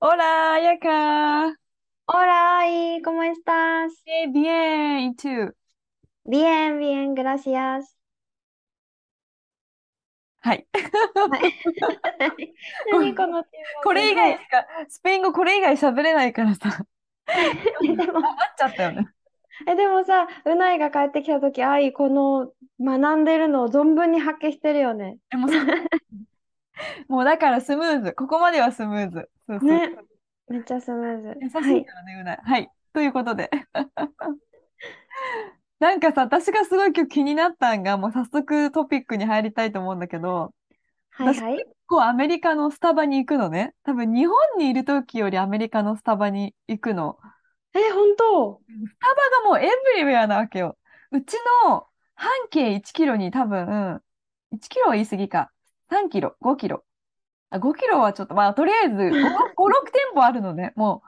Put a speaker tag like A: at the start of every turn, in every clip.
A: オラ、彩香
B: オラ、いい、コメスタス。
A: え、ビエン、イトゥ
B: ビエン、ビエン、グラシア ス。
A: はい。
B: 何このテーマ
A: これ以外しか、スペイン語これ以外喋れないから さ、
B: えで
A: 困
B: も
A: っちゃったよね。
B: え、でもさ、うないが帰ってきたとき、あい、この学んでるのを存分に発揮してるよね。
A: で もさもうだからスムーズ。ここまではスムーズ。そうそう。
B: ねめっちゃスムーズ。
A: 優し
B: はい
A: からね、うな。はい。ということで。 なんかさ、私がすごい今日気になったんが、もう早速トピックに入りたいと思うんだけど、
B: はいはい。
A: こうアメリカのスタバに行くのね。多分日本にいる時よりアメリカのスタバに行くの。
B: え、本当
A: スタバがもうエブリウェアなわけよ。うちの半径1キロに多分、1キロは言い過ぎか。3キロ、5キロ。あ、5キロはちょっと、まあ、とりあえず5、5、6店舗あるのね。も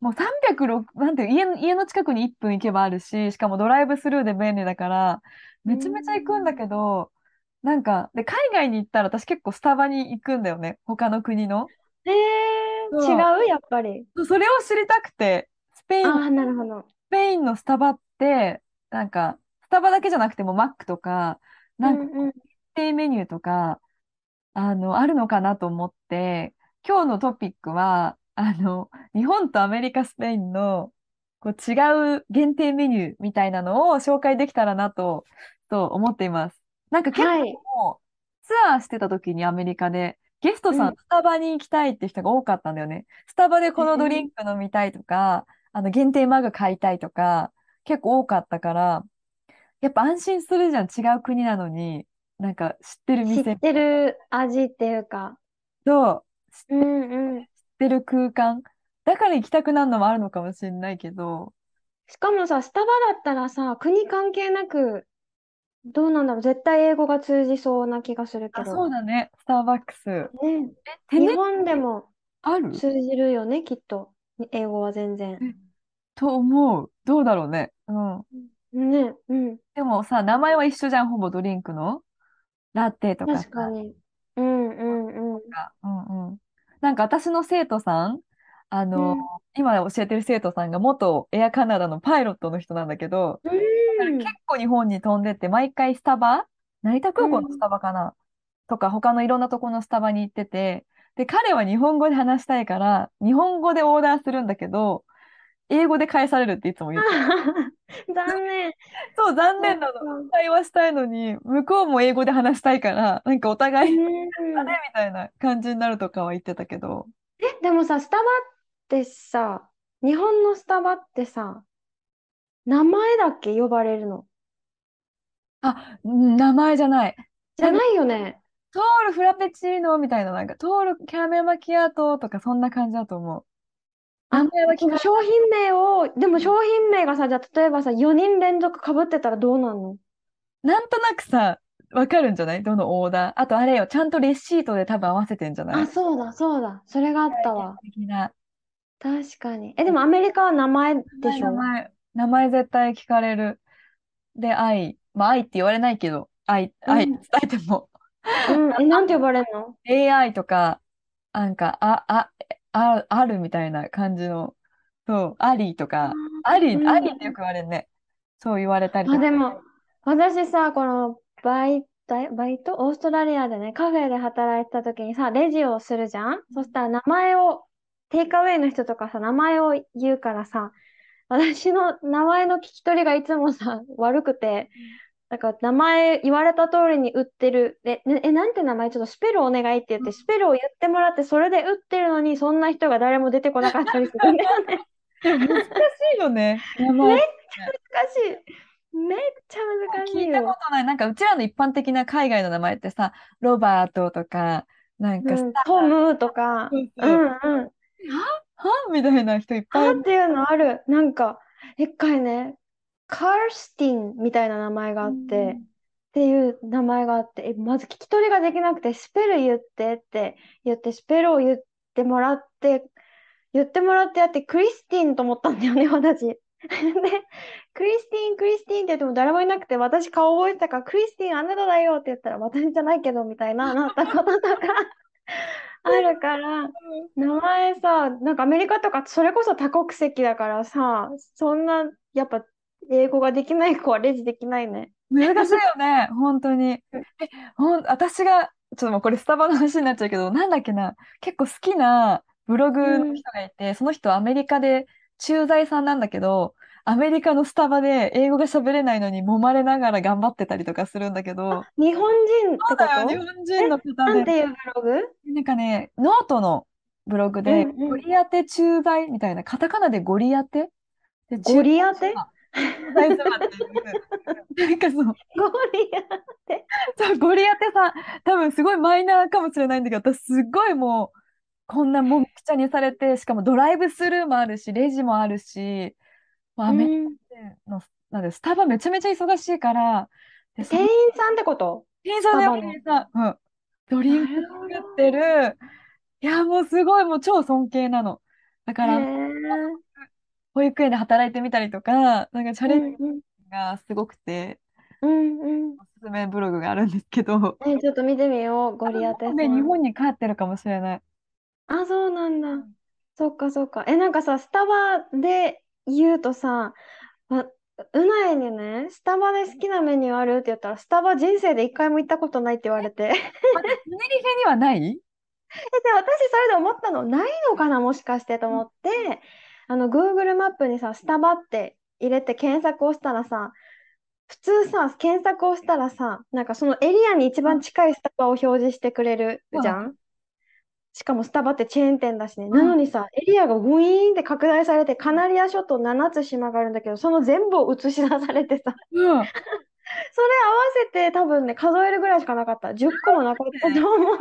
A: う、もう306、なんていう、家の、家の近くに1分行けばあるし、しかもドライブスルーで便利だから、めちゃめちゃ行くんだけど、なんか、で、海外に行ったら私結構スタバに行くんだよね。他の国の。
B: え
A: そ
B: ー、
A: う
B: 違うやっぱり。
A: それを知りたくて、スペイン
B: ああ、なるほど。
A: スペインのスタバって、なんか、スタバだけじゃなくてもマックとか、なんか、
B: うんうん、
A: 定メニューとか、あの、あるのかなと思って、今日のトピックは、あの、日本とアメリカ、スペインの、こう、違う限定メニューみたいなのを紹介できたらなと、と思っています。なんか結構、
B: はい。
A: ツアーしてた時にアメリカで、ゲストさん、
B: うん
A: スタバに行きたいって人が多かったんだよね。スタバでこのドリンク飲みたいとか、あの限定マグ買いたいとか、結構多かったから、やっぱ安心するじゃん、違う国なのに、なんか知ってる
B: 知
A: 店
B: ってる味っていうか。
A: と知っ
B: うんうん。
A: てる空間。だから行きたくなるのもあるのかもしれないけど、
B: しかもさ、スタバだったらさ、国関係なく、どうなんだろう、絶対英語が通じそうな気がするけ
A: あ、
B: ど。
A: そうだね、スターバックス。え、
B: ね、
A: テ
B: 日
A: ネ
B: 本でも
A: ある
B: 通じるよね、きっと。英語は全然。
A: と思う。どうだろうね。うん。
B: ね、うん。
A: でもさ、名前は一緒じゃん、ほぼドリンクの。ラテとか
B: 確か
A: さ。
B: に。うんうんうん。
A: うんうん。なんか私の生徒さん、あの、
B: うん
A: 今教えてる生徒さんが元エアカナダのパイロットの人なんだけど、
B: うん
A: 結構日本に飛んでって、毎回スタバ、成田空港のスタバかな、とか、他のいろんなとこのスタバに行ってて、で、彼は日本語で話したいから、日本語でオーダーするんだけど、英語で返されるっていつも言ってる。
B: 残念。
A: そう、残念なの。会話したいのに、向こうも英語で話したいから、なんかお互い、
B: うん
A: あれみたいな感じになるとかは言ってたけど、
B: でもさ、スタバってさ、日本のスタバってさ、名前だっけ呼ばれるの。
A: うん名前じゃない。
B: じゃないよね。
A: トールフラペチーノみたいな、なんか、トールキャラメルマキアートとか、そんな感じだと思う。名前は聞かない。
B: 商品名を、でも商品名がさ、じゃあ例えばさ、4人連続かぶってたらどうなんの
A: なんとなくさ、わかるんじゃないどのオーダー。あとあれよ、ちゃんとレシートで多分合わせてんじゃない
B: あ、そうだ、そうだ。それがあったわ。
A: 的な。
B: 確かに。え、でもアメリカは名前で
A: 名前、
B: し
A: 名
B: ょ
A: 前、名前絶対聞かれる。で、愛。まあ、愛って言われないけど、愛、愛、
B: うん
A: 伝えても。
B: うん。え、なんて呼ばれるの
A: AI とか、なんか、あ、あ、あ、あるみたいな感じの、そう、ありとか、あり、
B: うん
A: ありってよく言われるね。そう言われたりと
B: あ、
A: か。
B: でも、私さ、このバイト、バイトオーストラリアでね、カフェで働いてた時にさ、レジをするじゃんそしたら名前を、テイクアウェイの人とかさ、名前を言うからさ、私の名前の聞き取りがいつもさ、悪くて、なんか名前言われた通りに売ってる。え、ねえ、なんて名前ちょっとスペルお願いって言って、スペルを言ってもらって、それで売ってるのに、そんな人が誰も出てこなかったり するんだよね。
A: でも難しいよね。名前
B: 難しい。めっちゃ難しい
A: 聞いた
B: よ。
A: ことない。なんか、うちらの一般的な海外の名前ってさ、ロバートとか、なん
B: う
A: かさ、
B: ん、トムとか、
A: そう
B: う
A: そうん
B: うん。
A: はみたいな人いっぱいい
B: あ
A: る。
B: っていうのある。なんか、一回ね、カースティンみたいな名前があって、っていう名前があって、え、まず聞き取りができなくて、スペル言ってって言って、スペルを言ってもらって、言ってもらってやって、クリスティンと思ったんだよね、私。 で、クリスティン、クリスティンって言っても誰もいなくて、私顔覚えてたから、クリスティンあなただよって言ったら、私じゃないけど、みたいな、なったこととかあるから、名前さ、なんかアメリカとかそれこそ多国籍だからさ、そんな、やっぱ英語ができない子はレジできないね。
A: 難しいよね、本当に。え、ほん、私が、ちょっともうこれスタバの話になっちゃうけど、なんだっけな、結構好きなブログの人がいて、その人アメリカで駐在さんなんだけど、アメリカのスタバで英語が喋れないのに揉まれながら頑張ってたりとかするんだけど、
B: 日本人って
A: そう
B: こ
A: だよ、日
B: と
A: 本人の方
B: な
A: で、
B: んていうブログ
A: なんかね、ノートのブログで、
B: うんうん
A: ゴリアテ駐在みたいな、カタカナでゴリアテで、
B: ゴリアテ
A: 駐在妻っていう、 なんかそう、
B: ゴリア。
A: そう、ゴリアテさん、多分すごいマイナーかもしれないんだけど、私すっごいもう、こんなもみくちゃにされて、しかもドライブスルーもあるし、レジもあるし、もうアメリ
B: う
A: カ
B: ん
A: の、なんで、スタバめちゃめちゃ忙しいから、で、そ
B: 店員
A: の
B: さんってこと
A: 店員さんだよ、
B: スタバの
A: 店員さん。うん。ドリンク作ってる。いや、もうすごい、もう超尊敬なの。だ
B: へ
A: から、
B: ー
A: 保育園で働いてみたりとか、なんかチャ
B: う
A: レン
B: んうん
A: ジがすごくて、
B: うんうん
A: おすすめブログがあるんですけど、
B: ねちょっと見てみよう、ゴリアテ
A: ね、
B: さん
A: 日本に帰ってるかもしれない。
B: あ、そうなんだ。そっかそっか。え、なんかさ、スタバで言うとさ、ま、うなえにね、スタバで好きなメニューあるって言ったら、スタバ人生で一回も行ったことないって言われて。え、で、
A: あテネリフェには ない
B: 私それで思ったの、ないのかな、もしかしてと思って、あの、Google マップにさ、スタバって入れて検索をしたらさ、普通さ、検索をしたらさ、なんかそのエリアに一番近いスタバを表示してくれるじゃん。しかもスタバってチェーン店だしね。なのにさ、エリアがウィーンって拡大されて、カナリア諸島7つ島があるんだけど、その全部を映し出されてさ、
A: うん。
B: それ合わせて多分ね、数えるぐらいしかなかった。10個もなかったと思う。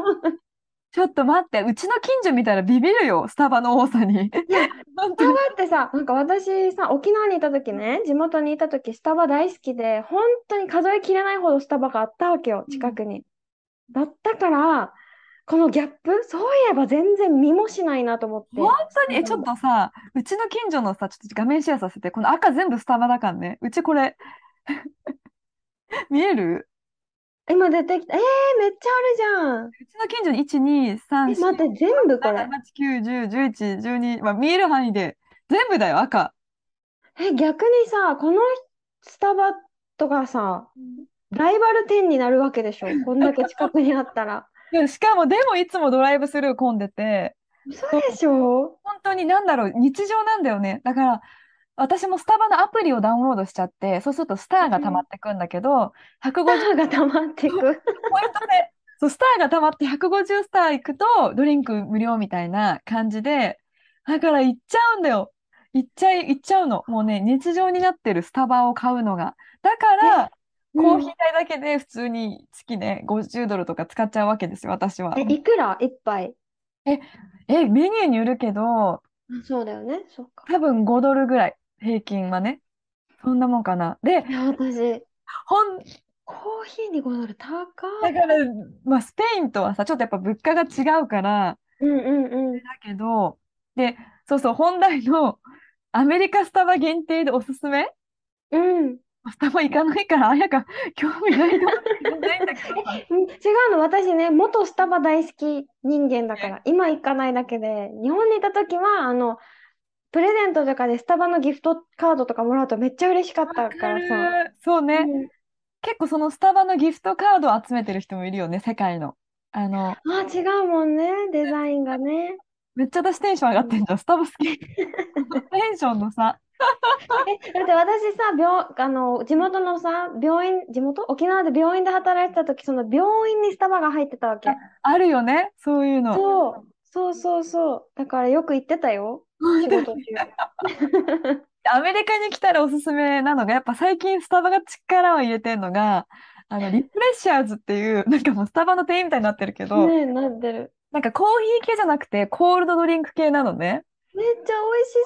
A: ちょっと待って、うちの近所見たらビビるよ、スタバの多さに。
B: や
A: 本
B: ス
A: 当
B: タバ
A: に
B: ってさ、なんか私さ、沖縄にいた時ね、地元にいた時、スタバ大好きで、本当に数えきれないほどスタバがあったわけよ、近くに。だったから、このギャップ、そういえば全然見もしないなと思って。
A: 本当に、え、ちょっとさ、うちの近所のさ、ちょっと画面シェアさせて、この赤全部スタバだからね。うちこれ、 見える
B: 今出てきた。えー、めっちゃある
A: うちの近所に1、2、
B: じゃん。
A: 3、
B: え、待って、全部これ。
A: 4、7、8、9、10、11、12、まあ見える範囲で、全部だよ、赤。
B: え、逆にさ、このスタバとかさ、ライバル店になるわけ でしょ。こんだけ近くにあったら。
A: でしかも、でもいつもドライブスルー混んでて、
B: そうでしょ
A: 本当に何だろう、日常なんだよね。だから、私もスタバのアプリをダウンロードしちゃって、そうするとスターが溜まってくんだけど、150
B: パワーが溜まって く。
A: ポイントで、そう、スターが溜まって150スター行くとドリンク無料みたいな感じで、だから行っちゃうんだよ。行っちゃい、行っちゃうの。もうね、日常になってるスタバを買うのが。だから、コーヒー代だけで普通に月ね、50ドルとか使っちゃうわけですよ、私は
B: え、。いくら一杯。
A: え、メニューによるけど、
B: あそうだよね。そっか。
A: 多分5ドルぐらい、平均はね。そんなもんかな。で、
B: いや、私、
A: ほん、
B: コーヒーに5ドル高
A: だ
B: い。
A: から、まあ、スペインとはさ、ちょっとやっぱ物価が違うから、
B: うんうんうん。
A: だけど、で、そうそう、本来のアメリカスタバ限定でおすすめ
B: うん。
A: スタバ行かないから、あやか、興味ないと思って全然いいんだけど。
B: うん違うの、私ね、元スタバ大好き人間だから、今行かないだけで、日本にいた時は、あの、プレゼントとかでスタバのギフトカードとかもらうとめっちゃ嬉しかったからさ。
A: わかるそうね、
B: うん
A: 結構そのスタバのギフトカードを集めてる人もいるよね、世界の。あの、
B: あ、違うもんね、デザインがね。
A: めっちゃ私テンション上がってんじゃん、スタバ好 き。テンションのさ、
B: え、だって私さ、病、あの、地元のさ、病院、地元沖縄で病院で働いてた時、その病院にスタバが入ってたわけ。
A: あるよね、そういうの。
B: そう、そうそうそう。だからよく行ってた よ、仕事中。
A: アメリカに来たらおすすめなのが、やっぱ最近スタバが力を入れてる のが、あの、リフレッシャーズっていう、なんかもうスタバの店員みたいになってるけど、
B: ねえ、なってる。
A: なんかコーヒー系じゃなくて、コールドドリンク系なのね。
B: めっちゃ美
A: で
B: 味し
A: し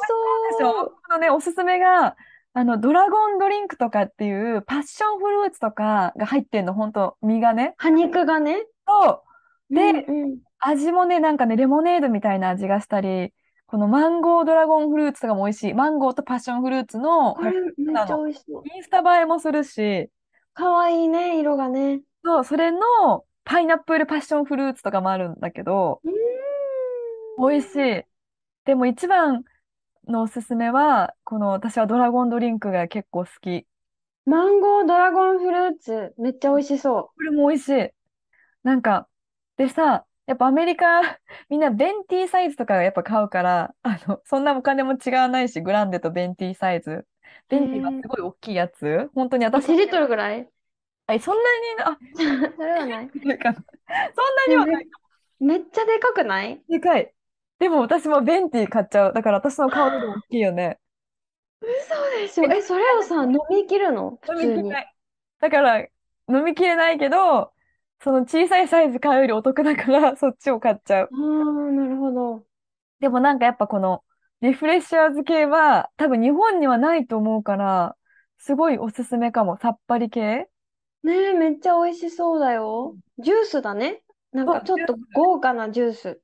B: そ
A: ょ
B: う。
A: このね、おすすめが、あの、ドラゴンドリンクとかっていう、パッションフルーツとかが入ってんの、ほんと、実がね。
B: 果肉がね。
A: と、で
B: うんうん
A: 味もね、なんかね、レモネードみたいな味がしたり、このマンゴードラゴンフルーツとかも美味しい。マンゴーとパッションフルーツの
B: こ、れめっちゃ美味しそう。
A: インスタ映えもするし、
B: かわいいね、色がね。
A: そう、それのパイナップルパッションフルーツとかもあるんだけど、
B: うーん。
A: 美味しい。でも一番のおすすめは、この私はドラゴンドリンクが結構好き。
B: マンゴードラゴンフルーツ、めっちゃ美味しそ
A: これも美味しい。なんか、でさ、やっぱアメリカ、 みんなベンティーサイズとかやっぱ買うから、あの、そんなお金も違わないし、グランデとベンティーサイズ。ベンティーは
B: へー
A: すごい大きいやつ。本当に
B: う。
A: 私、
B: 1リットルぐらい
A: あそんなに、あ、
B: それはない。
A: というか、そんなにはない。
B: めっちゃでかくない
A: でかい。でも私もベンティー買っちゃう。だから私の顔より大きいよね。
B: 嘘でしょ。え、それを さ、飲み切るの
A: 飲
B: 普
A: みき
B: 通
A: れ
B: に。
A: ない。だから、飲みきれないけど、その小さいサイズ買うよりお得だから、 そっちを買っちゃう。
B: ああ、なるほど。
A: でもなんかやっぱこのリフレッシャーズ系は多分日本にはないと思うから、すごいおすすめかも。さっぱり系
B: ねえ、めっちゃ美味しそうだよ。ジュースだね。なんかちょっと豪華なジュース。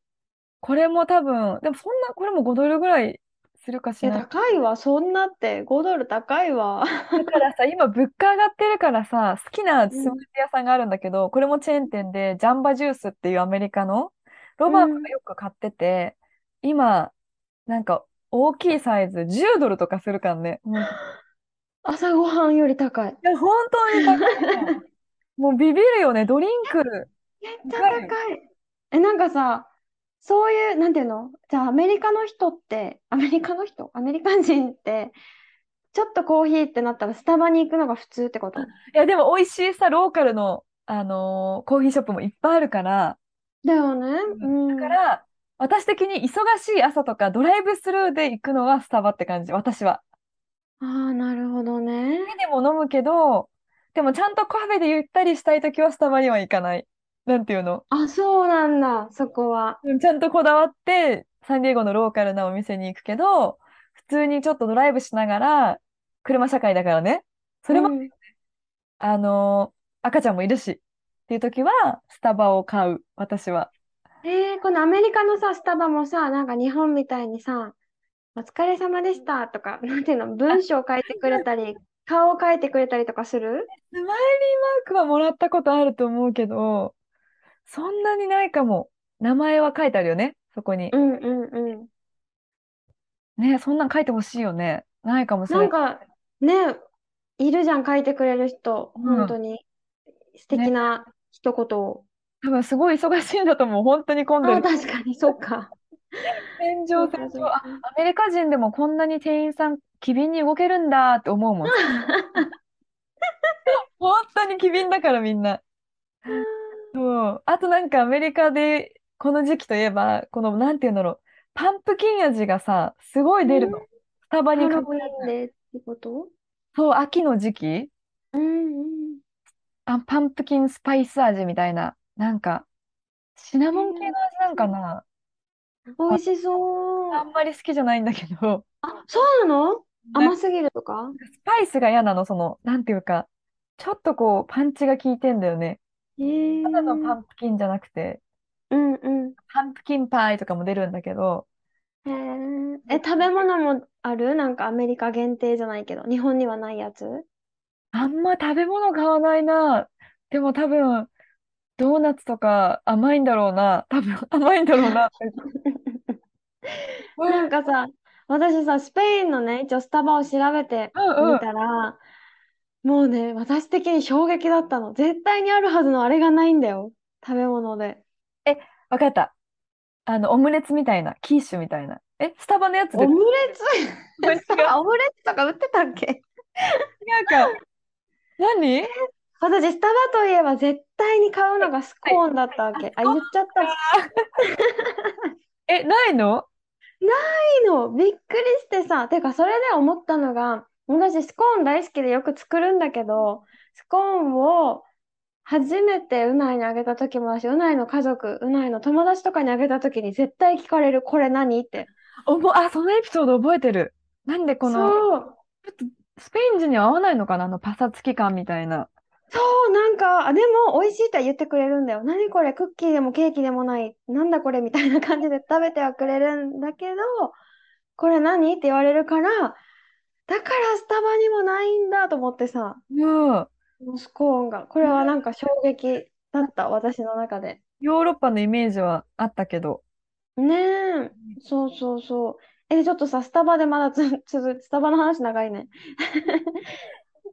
A: これも多分、でもそんな、これも5ドルぐらいするか
B: い
A: し
B: や、
A: ない。
B: 高いわ。そんなって。5ドル高いわ。
A: だからさ、今物価上がってるからさ、好きなス
B: う
A: ムー
B: ん
A: ジー屋さんがあるんだけど、これもチェーン店で、ジャンバジュースっていうアメリカの、ロバートがよく買ってて、今、なんか大きいサイズ10ドルとかするからね。ほんと
B: 朝ごはんより高い。
A: いや、本当に高い の。もうビビるよね、ドリンク。
B: めっちゃ高い。え、なんかさ、そういう、なんていうのじゃあ、アメリカの人って、アメリカの人アメリカ人って、ちょっとコーヒーってなったらスタバに行くのが普通ってこと
A: いや、でも美味しいさ、ローカルの、あのーコーヒーショップもいっぱいあるから、
B: だよね。う
A: だ
B: ん。
A: から、私的に忙しい朝とかドライブスルーで行くのはスタバって感じ、私は。
B: ああ、なるほどね。
A: 家でも飲むけど、でもちゃんとカフェでゆったりしたいときはスタバには行かない。なんていうの
B: あ、そうなんだ、そこは。
A: うんちゃんとこだわって、サンディエゴのローカルなお店に行くけど、普通にちょっとドライブしながら、車社会だからね。それも、
B: うん
A: あのー赤ちゃんもいるし、っていうときは、スタバを買う、私は。
B: えーこのアメリカのさ、スタバもさ、なんか日本みたいにさ、お疲れ様でしたとか、 なんていうの、文章書いてくれ たり、顔を書いてくれたりとかする
A: スマイリーマークはもらったことあると思うけど、そんなにないかも。名前は書いてあるよね、そこに
B: う。んうんうん。
A: ね、そんなん書いてほしいよね。ないかもしれ
B: な
A: ない。
B: んかね、いるじゃん、書いてくれる人、
A: うん
B: 本当に素敵な一言を。
A: 多分すごい忙しいんだと思う。本当に混んで
B: あ、
A: る。
B: 確かに、そっ か。
A: 戦
B: そ
A: 場、
B: うか
A: 戦
B: そう
A: 場。あ、
B: か
A: アメリカ人でもこんなに店員さん、機敏に動けるんだって思う もん。本当に機敏だからみんな。そう。あとなんかアメリカで、この時期といえば、この、なんていうんだろう。パンプキン味がさ、すごい出るの。スタバに
B: ハ
A: 限
B: ロ
A: ら
B: ウィ
A: ず。
B: ンでってこと
A: そう、秋の時期。
B: うんうん。
A: あ、パンプキンスパイス味みたいな、なんか、シナモン系の
B: えー
A: 味なんかな。
B: 美味しそう。
A: あんまり好きじゃないんだけど、
B: そうなの
A: なん
B: 甘
A: か
B: すぎるとか
A: スパイスが嫌なの、その、なんていうか、ちょっとこう、パンチが効いてんだよね。
B: え
A: ただのパ
B: ー
A: ンプキンじゃなくて、
B: うんうん。
A: パンプキンパイとかも出るんだけど、
B: へーえ、食べ物もあるなんかアメリカ限定じゃないけど、日本にはないやつ
A: あんま食べ物買わないな。でも多分、ドーナツとか甘いんだろうな。多分甘いんだろうな。う
B: なんんかさ、私さ、スペインのね、一応スタバを調べて
A: うんう
B: み
A: ん。
B: たら、もうね、私的に衝撃だったの。絶対にあるはずのあれがないんだよ。食べ物で。
A: わかった。あの、オムレツみたいな、キッシュみたいな。え、スタバのやつで
B: オムレツ
A: オムレツが
B: あオムレツとか売ってたっけ
A: 違うか。何
B: 私、スタバといえば絶対に買うのがスコーンだったわけ。あ、言っちゃった。い
A: え、ないの
B: いの。びっくりしてさ。てか、それで思ったのが、私、スコーン大好きでよく作るんだけど、スコーンを初めてうないにあげた時もだし、うないの家族、うないの友達とかにあげた時に絶対聞かれる、これ何って。
A: おぼ、あ、そのエピソード覚えてる。なんでこの、
B: そう、
A: スペイン人には合わないのかなあのパサつき感みたいな。
B: そう、なんか、あでも美味しいとは言ってくれるんだよ。何これ、クッキーでもケーキでもない、なんだこれみたいな感じで食べてはくれるんだけど、これ何って言われるから、だからスタバにもないんだと思ってさ、
A: うん。
B: モスコーンが。これはなんか衝撃だった、私の中で。
A: ヨーロッパのイメージはあったけど。
B: ねえ、そうそうそう。え、ちょっとさ、スタバでまだつ、 続スタバの話長いね。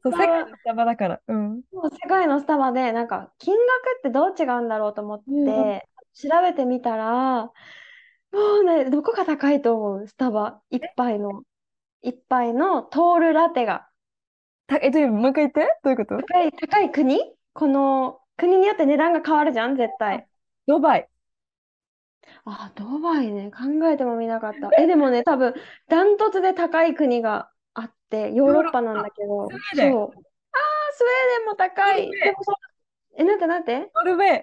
A: そう、
B: ス
A: 世
B: タバ
A: 界のスタバだから。うん。
B: もう世界のスタバで、なんか、金額ってどう違うんだろうと思っ
A: うんうん
B: て、調べてみたら、もうね、どこが高いと思うスタバ。一杯の。一杯のトールラテが。
A: た、え、どういう、もう一回言ってどういうこと
B: 高い、高い国この、国によって値段が変わるじゃん、絶対。
A: ドバイ。
B: あ、ドバイね、考えてもみなかった。え、でもね、多分、ダントツで高い国があって、ヨーロッパなんだけど、
A: スウェーデン
B: そう。あー、スウェーデンも高い。でもそう、え、なんてなんて
A: ノルウェー。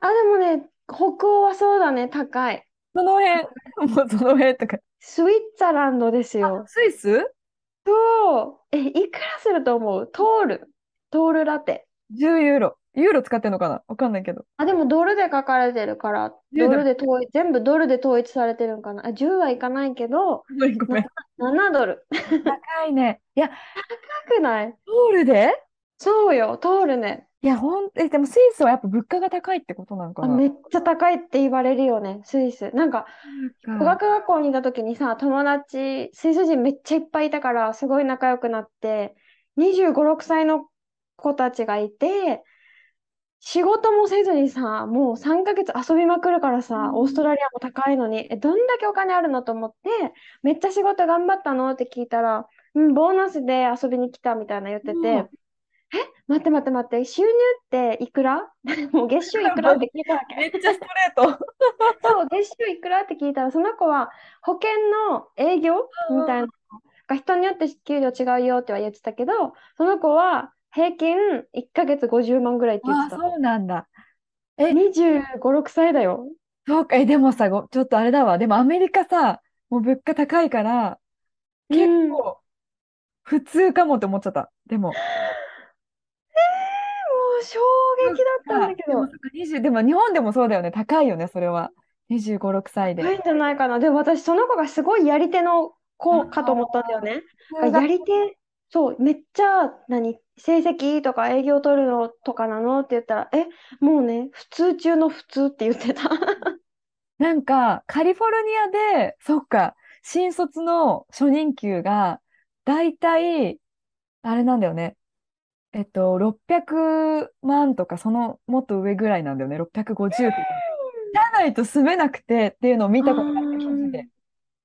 B: あ、でもね、北欧はそうだね、高い。
A: その 辺。もうその辺とか。
B: スイッツァランドですよ。
A: スイス
B: そう。え、いくらすると思うトール。トールラテ。
A: 10ユーロ。ユーロ使ってんのかなわかんないけど。
B: あ、でもドルで書かれてるから、
A: 10
B: ドルで統一、全部ドルで統一されてるんかな。あ、10はいかないけど、
A: ごめん、ごめん。
B: 7ドル。
A: 高いね。いや、
B: 高くない
A: ソウルで
B: そうよ、トールね。
A: いや、ほん、え、でもスイスはやっぱ物価が高いってことなのか
B: あ、
A: な
B: めっちゃ高いって言われるよね、スイス。なんか、
A: うん
B: 語学学校にいた時にさ、友達、スイス人めっちゃいっぱいいたから、すごい仲良くなって、25、6歳の子たちがいて、仕事もせずにさ、もう3ヶ月遊びまくるからさ、
A: うん
B: オーストラリアも高いのに、え、どんだけお金あるのと思って、めっちゃ仕事頑張ったのって聞いたら、うん、ボーナスで遊びに来たみたいな言って
A: うん
B: て、え、待って待って待って、収入っていくら もう月収いくらって聞いたわけ。
A: めっちゃストレート。
B: そう、月収いくらって聞いたら、その子は保険の営業みたいなのが人によって給料違うよっては言ってたけど、その子は平均1ヶ月50万ぐらいって 言
A: あ
B: っ
A: あ、
B: てた。
A: そうなんだ。
B: 25、6歳だよ。
A: そうか、え、でもさ、ご、ちょっとあれだわ。でもアメリカさ、もう物価高いから、結
B: うんもう
A: 構、普通かもって思っちゃった。でも、
B: 衝撃だったんだけ
A: でも
B: ど
A: そ、っか20、でも日本でもそうだよね。高いよね、それは。25、6歳で。
B: ないんじゃないかな。でも私、その子がすごいやり手の子かと思ったんだよね。やり手、そう、めっちゃ、何、成績とか営業取るのとかなのって言ったら、え、もうね、普通中の普通って言ってた。
A: なんか、カリフォルニアで、そっか、新卒の初任給が、だいたい、あれなんだよね。えっと、600万とか、その、もっと上ぐらいなんだよね。650とか。じゃないと住めなくてっていうのを見たことがあった気がして。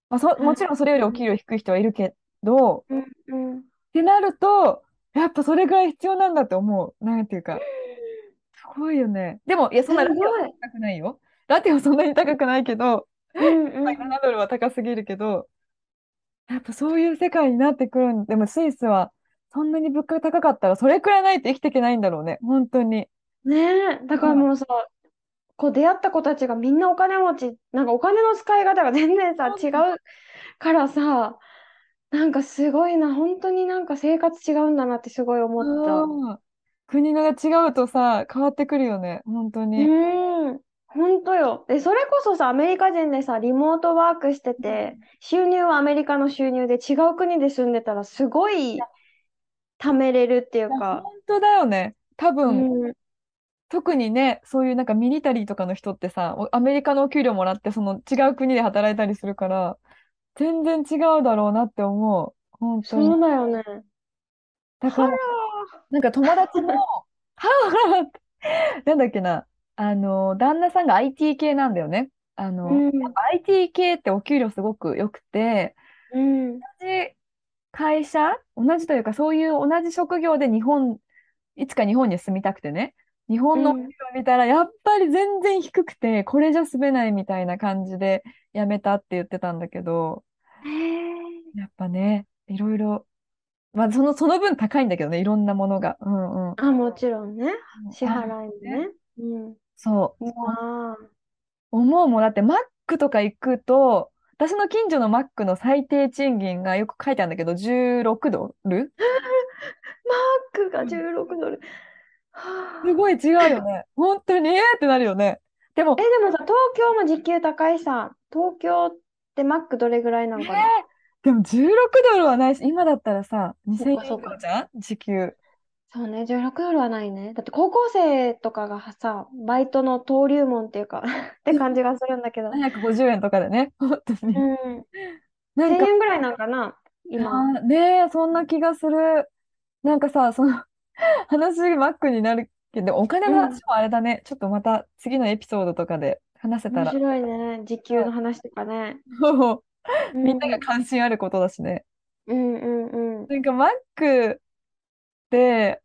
A: まあ、そ、もちろんそれよりお給料低い人はいるけど、
B: うんうん
A: ってなると、やっぱそれぐらい必要なんだって思う。なんていう か。すごいよね。でも、いや、そんなラテは高くないよ。ラテはそんなに高くないけど、
B: うんう
A: まあ
B: ん。
A: 7ドルは高すぎるけど、やっぱそういう世界になってくるんでもスイスはそんなに物価が高かったら、それくらいないと生きていけないんだろうね、本当に。
B: ねえ、だからもうさ、こう出会った子たちがみんなお金持ち、なんかお金の使い方が全然さ、違うからさ、なんかすごいな、本当になんか生活違うんだなってすごい思った。
A: うん国が違うとさ、変わってくるよね、本当
B: う
A: に。
B: ん、本当よ。で、それこそさ、アメリカ人でさ、リモートワークしてて、収入はアメリカの収入で違う国で住んでたら、すごい貯めれるっていう
A: 本
B: か、
A: 当だよね。多
B: う
A: 分、
B: ん、
A: 特にね、そういうなんかミリタリーとかの人ってさ、おアメリカのお給料もらって、その違う国で働いたりするから、全然違うだろうなって思う。本当
B: そ
A: に。
B: うだよね。
A: だから、なんか友達 の、ハローなんだっけな、あの、旦那さんが IT 系なんだよね。あ
B: う
A: の、
B: ん、
A: IT 系ってお給料すごく良くて、
B: うん。
A: 同じ会社、同じというか、そういう同じ職業で日本、いつか日本に住みたくてね、日本のお給料見たら、やっぱり全然低くて、これじゃ住めないみたいな感じで辞めたって言ってたんだけど、
B: へえ
A: やっぱね、いろいろまあ、その、その分高いんだけどね、いろんなものが。うんうん。
B: あ、もちろんね。支払いも
A: あ
B: ね。うん。
A: そうう。
B: わ
A: 思うもんだって、マックとか行くと、私の近所のマックの最低賃金がよく書いてあるんだけど、16ドル
B: マックが
A: うん
B: 16ドル。
A: す
B: はあ
A: ごい違うよね。本当に、えーってなるよね。でも
B: え、、でもさ、東京も時給高いさ。東京ってマックどれぐらいな
A: え
B: の
A: ー
B: かな
A: でも16ドルはないし、今だったらさ、2000円
B: そう
A: 以
B: か
A: 上じゃん時給。
B: そうね、16ドルはないね。だって高校生とかがさ、バイトの登竜門っていうか って感じがするんだけど。
A: 750円とかでね。本当
B: う
A: に。
B: ん。
A: な
B: 1000
A: んか、
B: 円ぐらいなんかな、今。
A: あーねえ、そんな気がする。なんかさ、その話、マックになるけど、お金
B: う
A: の
B: ん
A: 話もあれだね。ちょっとまた次のエピソードとかで話せた
B: 面
A: ら。
B: 白いね。時給の話とかね。う
A: みんなが
B: ん。
A: 関心あることだしね。
B: うんうんうん。
A: なんかマックで、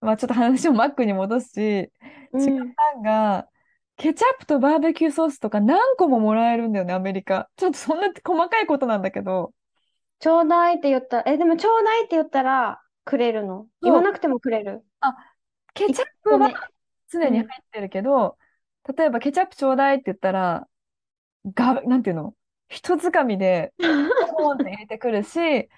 A: まあちょっと話をマックに戻すし、ち
B: う
A: か
B: ん。
A: さんが、ケチャップとバーベキューソースとか何個ももらえるんだよね、アメリカ。ちょっとそんな細かいことなんだけど。
B: ちょうだいって言ったら、え、でもちょうだいって言ったらくれるの。言
A: そ
B: わ
A: う
B: なくてもくれる。
A: あ、ケチャップは
B: ごめん。
A: 常に入ってるけど、例えばケチャップちょうだいって言ったら、が、なんていうの一つかみで、
B: うん
A: ポーンって入れてくるし、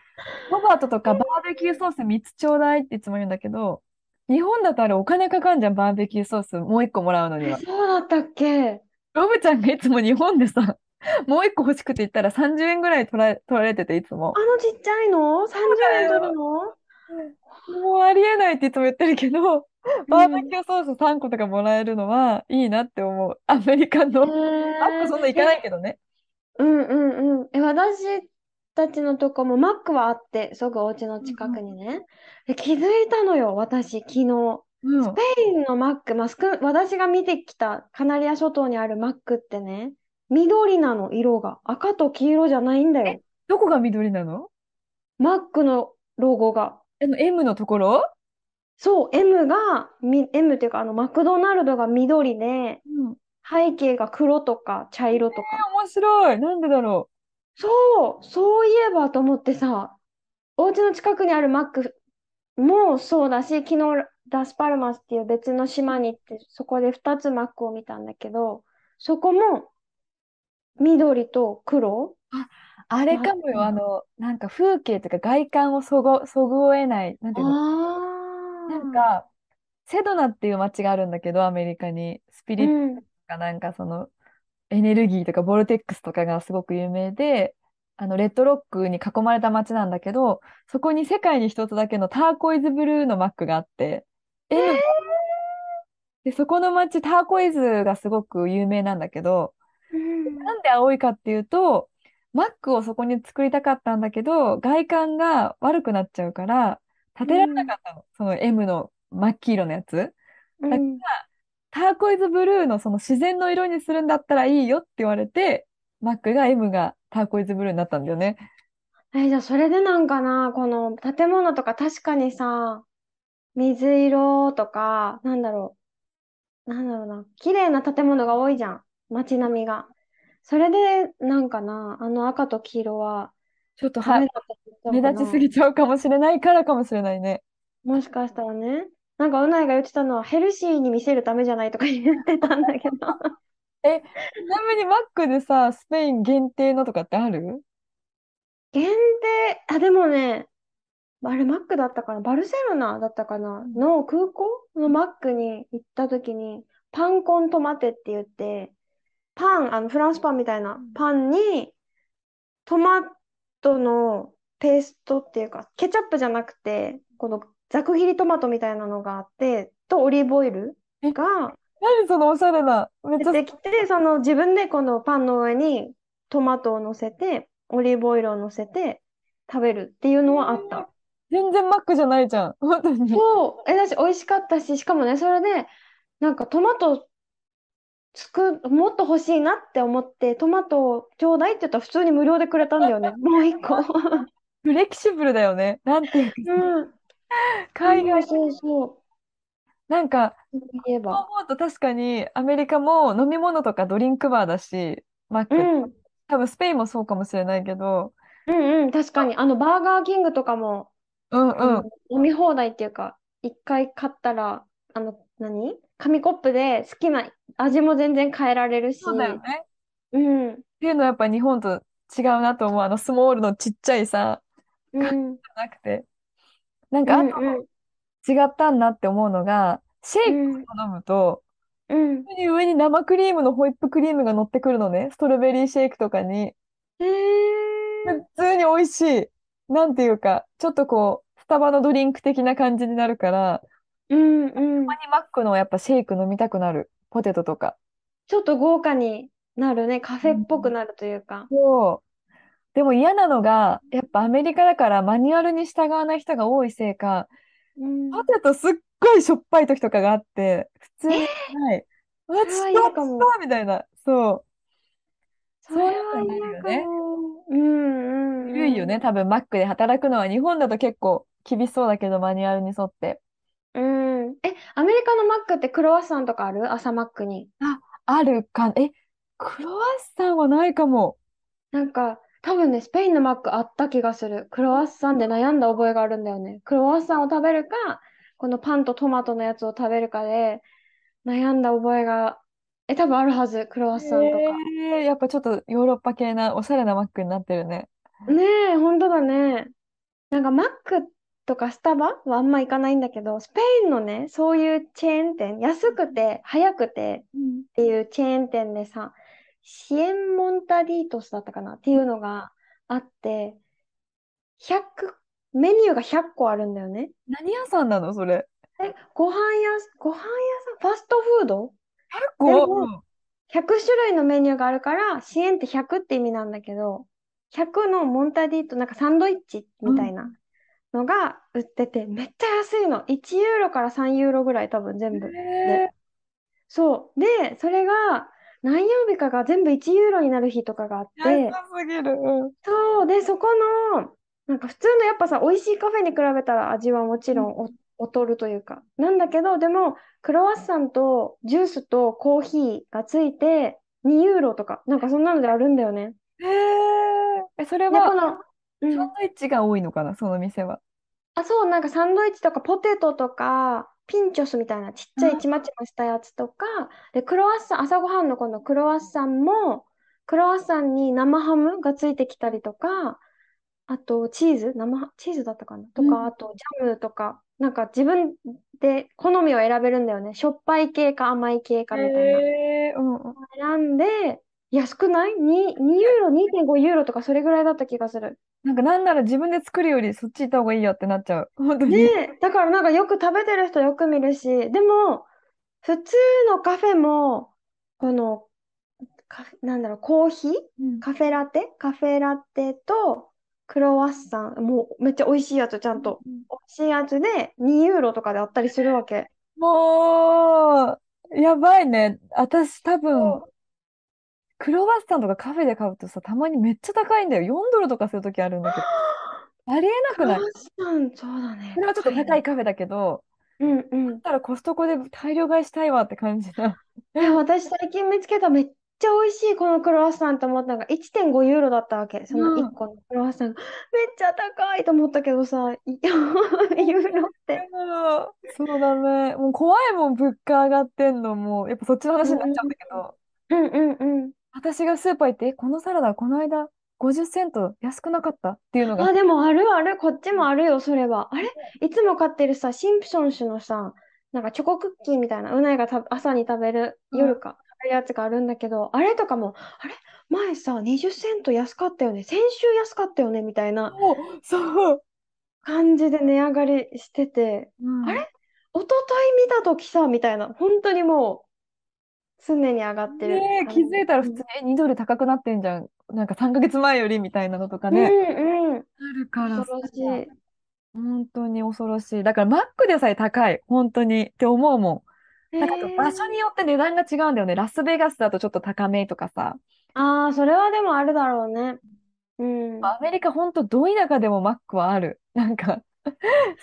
A: ロバートとかバーベキューソース3つちょうだいっていつも言うんだけど、日本だとあれお金かかんじゃん、バーベキューソースもう一個もらうのに
B: え、
A: は。
B: そうだったっけ
A: ロブちゃんがいつも日本でさ、 もう一個欲しくて言ったら30円ぐらい取ら、取られてて、いつも。
B: あのちっちゃいの
A: そう
B: ?30
A: だ
B: 円取る
A: よ。
B: の
A: もうありえないっていつも言ってるけど、
B: う
A: バーベ
B: ん。
A: キューソース3個とかもらえるのはいいなって思う。アメリカ
B: え
A: の。マックそんな
B: ー、
A: いかない
B: え、
A: けどね。
B: うんうんうん。え、私たちのとこもマックはあって、すぐお家の近くにね。え、気づいたのよ、私、昨
A: う
B: 日。
A: んう
B: ス
A: ん。
B: ペインのマック、まあ、少私が見てきたカナリア諸島にあるマックってね、緑なの、色が。赤と黄色じゃないんだよ。
A: どこが緑なの
B: マックのロゴが。
A: あの M のところ
B: そう、M が、み M っていうか、あの、マクドナルドが緑で、
A: うん。
B: 背景が黒とか茶色とか。
A: 面白い。なんでだろ
B: そう、そういえばと思ってさ、お家の近くにあるマックもそうだし、昨日ラスパルマスっていう別の島に行って、そこで2つマックを見たんだけど、そこも緑と黒
A: う。あ、あれ
B: マッ
A: かも
B: ク
A: よ。あ
B: なの。
A: の、なんか風景というか外観をそご、そぐえない。なんていうのなん
B: ああ、
A: か、セドナっていう街があるんだけど、アメリカに。スピ
B: う
A: リッツ
B: ん、
A: とかなんかその、エネルギーとかボルテックスとかがすごく有名で、あの、レッドロックに囲まれた街なんだけど、そこに世界に一つだけのターコイズブルーのマックがあって、M がで、そこの街、ターコイズがすごく有名なんだけど、
B: うん、
A: なんで青いかっていうと、マックをそこに作りたかったんだけど、外観が悪くなっちゃうから、建
B: う、
A: てられなんかったの。その M の真っ黄色のやつ。
B: う
A: だか
B: ん。
A: ら、ターコイズブルーのその自然の色にするんだったらいいよって言われて、マックが M がターコイズブルーになったんだよね。
B: え、じゃあそれでなんかな、この建物とか確かにさ、水色とか、なんだろう、なんだろうな、綺麗な建物が多いじゃん、街並みが。それでなんかな、あの赤と黄色は
A: ちょっと
B: ダ
A: は、
B: メだったりしたの
A: 目
B: か
A: 立ちす
B: な。
A: ぎちゃうかもしれないからかもしれないね。
B: もしかしたらね。なんかうないが言ってたのはヘルシーに見せるためじゃないとか言ってたんだけど。
A: え、ちなみにマックでさ、スペイン限定のとかってある
B: 限定、あ、でもね、あれマックだったかな、バルセロナだったか
A: う
B: な、
A: ん
B: の空港のマックに行った時に、パンコントマテって言って、パン、あのフランスパンみたいうなんパンにトマトのペーストっていうか、ケチャップじゃなくて、このざく切りトマトみたいなのがあって、とオリーブオイル
A: え、
B: が
A: 何そのおしゃれな。めっ
B: 出
A: ちゃ、
B: てきて、その自分でこのパンの上にトマトを乗せて、オリーブオイルを乗せて食べるっていうのはあった。
A: 全然マックじゃないじゃん。本当に。
B: そう、え、だし美味しかったし、しかもね、それで、なんかトマトつく、もっと欲しいなって思って、トマトをちょうだいって言ったら普通に無料でくれたんだ よね。もう一個。
A: フレキシブルだよね。なんていうかさ、
B: うん。
A: 海
B: そう
A: 外、
B: そうそう
A: なんか、
B: そう言え
A: そう
B: ば。
A: 思うと確かにアメリカも飲み物とかドリンクバーだし、マッ
B: う
A: クって。
B: ん。
A: 多分スペインもそうかもしれないけど、
B: うんうん。確かに。あの、バーガーキングとかも。
A: うん
B: あの
A: うん。
B: 飲み放題っていうか、一回買ったら、あの、何紙コップで好きな味も全然変えられるし、
A: そうだよね。っ
B: うん、うん、
A: ていうのはやっぱ日本と違うなと思う。あのスモールのちっちゃいさ、
B: うん、うん、
A: じゃなくて。なん
B: う
A: かあ
B: ん、
A: と違ったんだって思うのが、シェイク
B: う
A: を
B: ん、
A: 飲むと、
B: う
A: 本
B: ん。
A: 当に上に生クリームのホイップクリームが乗ってくるのね。ストロベリーシェイクとかに。
B: え
A: 普通に美味しい。なんていうか、ちょっとこう、スタバのドリンク的な感じになるから、
B: ー、うん、うん。
A: たまにマックのやっぱシェイク飲みたくなる。ポテトとか。
B: ちょっと豪華になるね。カフ
A: う
B: ェっぽく
A: ん
B: なるというか。
A: そう。でも嫌なのが、やっぱアメリカだからマニュアルに従わない人が多いせいか、
B: う
A: ポ
B: ん。
A: テトすっごいしょっぱい時とかがあって、普通
B: え、
A: に、はい。うわ、
B: それ
A: ちった、
B: は嫌
A: ちっ
B: かも。
A: た、みたいな。そう。
B: そ
A: そ
B: れ
A: うい
B: は
A: うのになる
B: 嫌
A: よ
B: か
A: ね。
B: も。うん、
A: ゆ
B: う
A: るいよ
B: ん、
A: ね。多分、マックで働くのは日本だと結構厳しそうだけど、マニュアルに沿って。
B: うん。うん。え、アメリカのマックってクロワッサンとかある朝マックに。
A: あ、あるか。え、クロワッサンはないかも。
B: なんか、多分ね、スペインのマックあった気がする。クロワッサンで悩んだ覚えがあるんだよね。クロワッサンを食べるか、このパンとトマトのやつを食べるかで悩んだ覚えが、え、多分あるはず。クロワッサンとか。
A: へえ、やっぱちょっとヨーロッパ系なおしゃれなマックになってるね。
B: ねえ、本当だね。なんかマックとかスタバはあんま行かないんだけど、スペインのね、そういうチェーン店、安くて早くて
A: うん
B: っていうチェーン店でさ、シエンモンタディートスだったかなっていうのがあって、100、メニューが100個あるんだよね。
A: 何屋さんなの、それ。
B: え、ご飯屋、ご飯屋さん、ファストフード
A: 結
B: で
A: 構、
B: も、
A: うん
B: 100種類のメニューがあるから、シエンって100って意味なんだけど、100のモンタディート、なんかサンドイッチ
A: う
B: みたい
A: ん
B: な。のが売ってて、めっちゃ安いの。1ユーロから3ユーロぐらい、多分全部
A: へ
B: で。
A: え、
B: そう。で、それが何曜日かが全部1ユーロになる日とかがあっ
A: 安
B: て、
A: すぎる。うん
B: そう。で、そこの、なんか普通のやっぱさ、美味しいカフェに比べたら味はもち
A: う
B: ろ
A: ん
B: んお劣るというか、なんだけど、でも、クロワッサンとジュースとコーヒーがついて2ユーロとか、なんかそんなのであるんだよね。
A: へえ、え、それ
B: で、こ
A: は
B: の、う
A: サン
B: ん。
A: ドイッチが多いのかな、その店は。
B: あ、そう、なんかサンドイッチとかポテトとか、ピンチョスみたいなちっちゃいちまちましたやつとか、で、クロワッサン、朝ごはんのこのクロワッサンも、クロワッサンに生ハムがついてきたりとか、あとチーズ、生ハ、チーズだったかな
A: う
B: とか、
A: ん
B: あとジャムとか、なんか自分で好みを選べるんだよね。しょっぱい系か甘い系か
A: へ
B: みたいな。
A: え、うんうん。
B: 選んで、安くない ?2、2ユーロ、2.5ユーロとかそれぐらいだった気がする。
A: なんかなんなら自分で作るよりそっち行った方がいいよってなっちゃう。 本当
B: ね
A: に。
B: え、だからなんかよく食べてる人よく見るし、でも、普通のカフェも、この、カフェ、なんだろう、コーヒー
A: うん
B: カフェラテカフェラテとクロワッサン、もうめっちゃ美味しいやつ、ちゃんと。
A: うん
B: 美味しいやつで2ユーロとかであったりするわけ。
A: もう、やばいね。私多分、
B: そう
A: クロワッサンとかカフェで買うとさ、たまにめっちゃ高いんだよ。4ドルとかするときあるんだけど。ありえな
B: ク
A: く
B: ロ
A: な
B: ワ
A: い
B: ッサン、そうだ
A: そ
B: ね、
A: れはちょっと
B: 高い
A: 高い
B: ね。
A: カフェだけど、
B: うんう
A: だっ
B: ん。
A: たらコストコで大量買いしたいわって感じだ。
B: え、私最近見つけためっちゃ美味しいこのクロワッサンと思ったのが1.5ユーロだったわけ。その
A: う
B: 1
A: ん。
B: 個のクロワッサンがめっちゃ高いと思ったけどさ、い ユーロって。
A: そうだね。もう怖いもん、物価上がってんの。もう、やっぱそっちの
B: う
A: 話に
B: ん
A: なっちゃうんだけど、
B: うんうんうんうん。
A: 私がスーパー行って、えこのサラダ、この間、50セント安くなかったっていうのが、
B: あ、でもあるある、こっち
A: うん
B: もあるよ、それは。あれいつも買ってるさ、シンプソン種のさ、なんかチョコクッキーみたいな、うなぎがた朝に食べる、
A: う
B: 夜
A: ん
B: か、食べるやつがあるんだけど、あれとかも、あれ前さ、20セント安かったよね、先週安かったよね、みたいな
A: そう、そう。
B: 感じで値上がりしてて、
A: う
B: あれ
A: ん。
B: 一昨日見たときさ、みたいな、本当にもう、常に上がってる
A: ねえ、
B: 感
A: 気
B: じ。
A: づいたら
B: う
A: 普通
B: ん
A: に、え、2ドル高くなってんじゃん。なんか3ヶ月前よりみたいなのとか
B: う
A: ね。
B: んうん。
A: あるから
B: 恐
A: さ、
B: ろしい。
A: 本当に恐ろしい。だからマックでさえ高い、本当にって思うもん。なんか
B: へ
A: 場所に
B: え。
A: よって値段が違うんだよね。ラスベガスだとちょっと高めとかさ。
B: ああ、それはでもあるだろうね。うん。
A: アメリカ本当ど田舎でもマックはある。なんか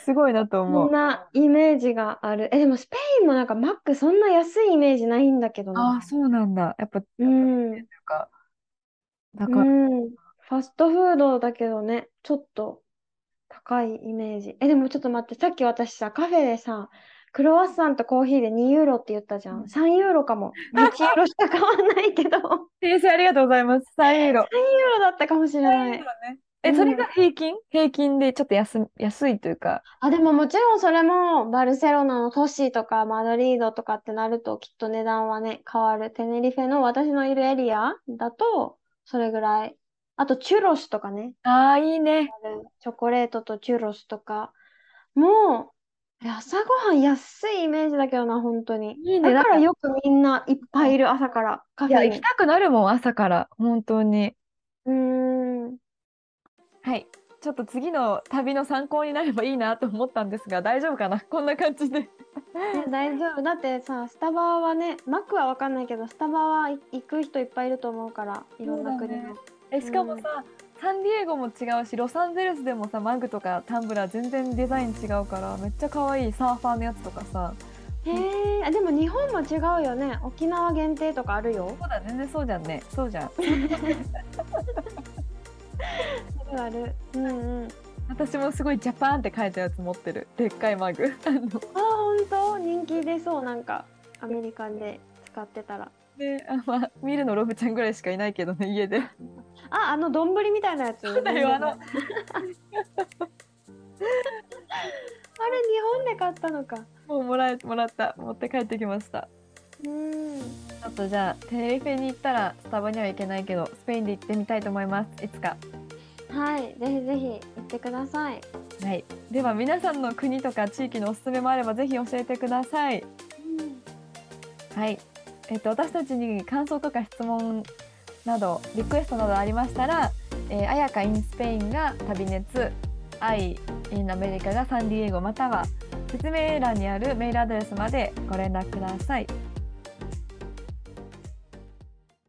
A: すごいなと
B: そん
A: 思う。
B: なイメージがある。え、でもスペインもなんかマックそんな安いイメージないんだけど
A: ああ、
B: な。
A: そうなんだ。やっぱ、やっ
B: う
A: ぱ
B: ん。う
A: か、だから、
B: ん。ファストフードだけどね、ちょっと。高いイメージ。え、でもちょっと待って、さっき私さ、カフェでさ、クロワッサンとコーヒーで2ユーロって言ったじゃ
A: うん
B: ん。3ユーロかも。1ユーロしか買わないけど、3ユーロ
A: 訂正ありがとうございます。3ユーロ。
B: だったかもしれない。
A: え、それが平均平均でちょっと安、安いというか。
B: あ、でももちろんそれもバルセロナの都市とかマドリードとかってなるときっと値段はね、変わる。テネリフェの私のいるエリアだとそれぐらい。あとチュロスとかね、
A: ああ、いいね。
B: チョコレートとチュロスとか。もう、え朝ごはん安いイメージだけどな、本当に。
A: いいね
B: だから
A: なんか
B: よくみんないっぱいいる、朝からカ
A: い
B: フ
A: や、
B: ェ
A: 行き
B: に。
A: たくなるもん、朝から。本当に。
B: うーん。
A: はい。ちょっと次の旅の参考になればいいなと思ったんですが、大丈夫かな こんな感じで。
B: ね、大丈夫。だってさ、スタバはね、マックはわかんないけど、スタバはい行く人いっぱいいると思うから、いろんな
A: そうだ
B: 国
A: ね
B: の。
A: え、しかもさ、サンディエゴも違うし、ロサンゼルスでもさ、マグとかタンブラー全然デザイン違うから、めっちゃ可愛いサーファーのやつとかさ。
B: へえ、あでも日本も違うよね。沖縄限定とかあるよ。
A: そうだ、全然そうじゃんね。そうじゃん。
B: あるある。うんうん。
A: 私もすごいジャパンって書いたやつ持ってる。でっかいマグ。 あの
B: あ、本当人気出そう。なんか、アメリカンで使ってたら。
A: ね、あまあ、見るのロブちゃんぐらいしかいないけどね、家で。
B: あ、あの丼みたいなやつ。
A: だよあの
B: あれ、日本で買ったのか。
A: もうもらえ、もらった、持って帰ってきました。
B: うん。
A: ちょっとじゃあ、テレフェに行ったら、スタバには行けないけど、スペインで行ってみたいと思います。いつか。
B: はい、ぜひぜひ行ってください。
A: はい。では、皆さんの国とか地域のおすすめもあれば、ぜひ教えてください。はい。えっと、私たちに感想とか質問など、リクエストなどありましたら、えー、あやか in スペインが旅熱、愛 in アメリカがサンディエゴまたは、説明欄にあるメールアドレスまでご連絡ください。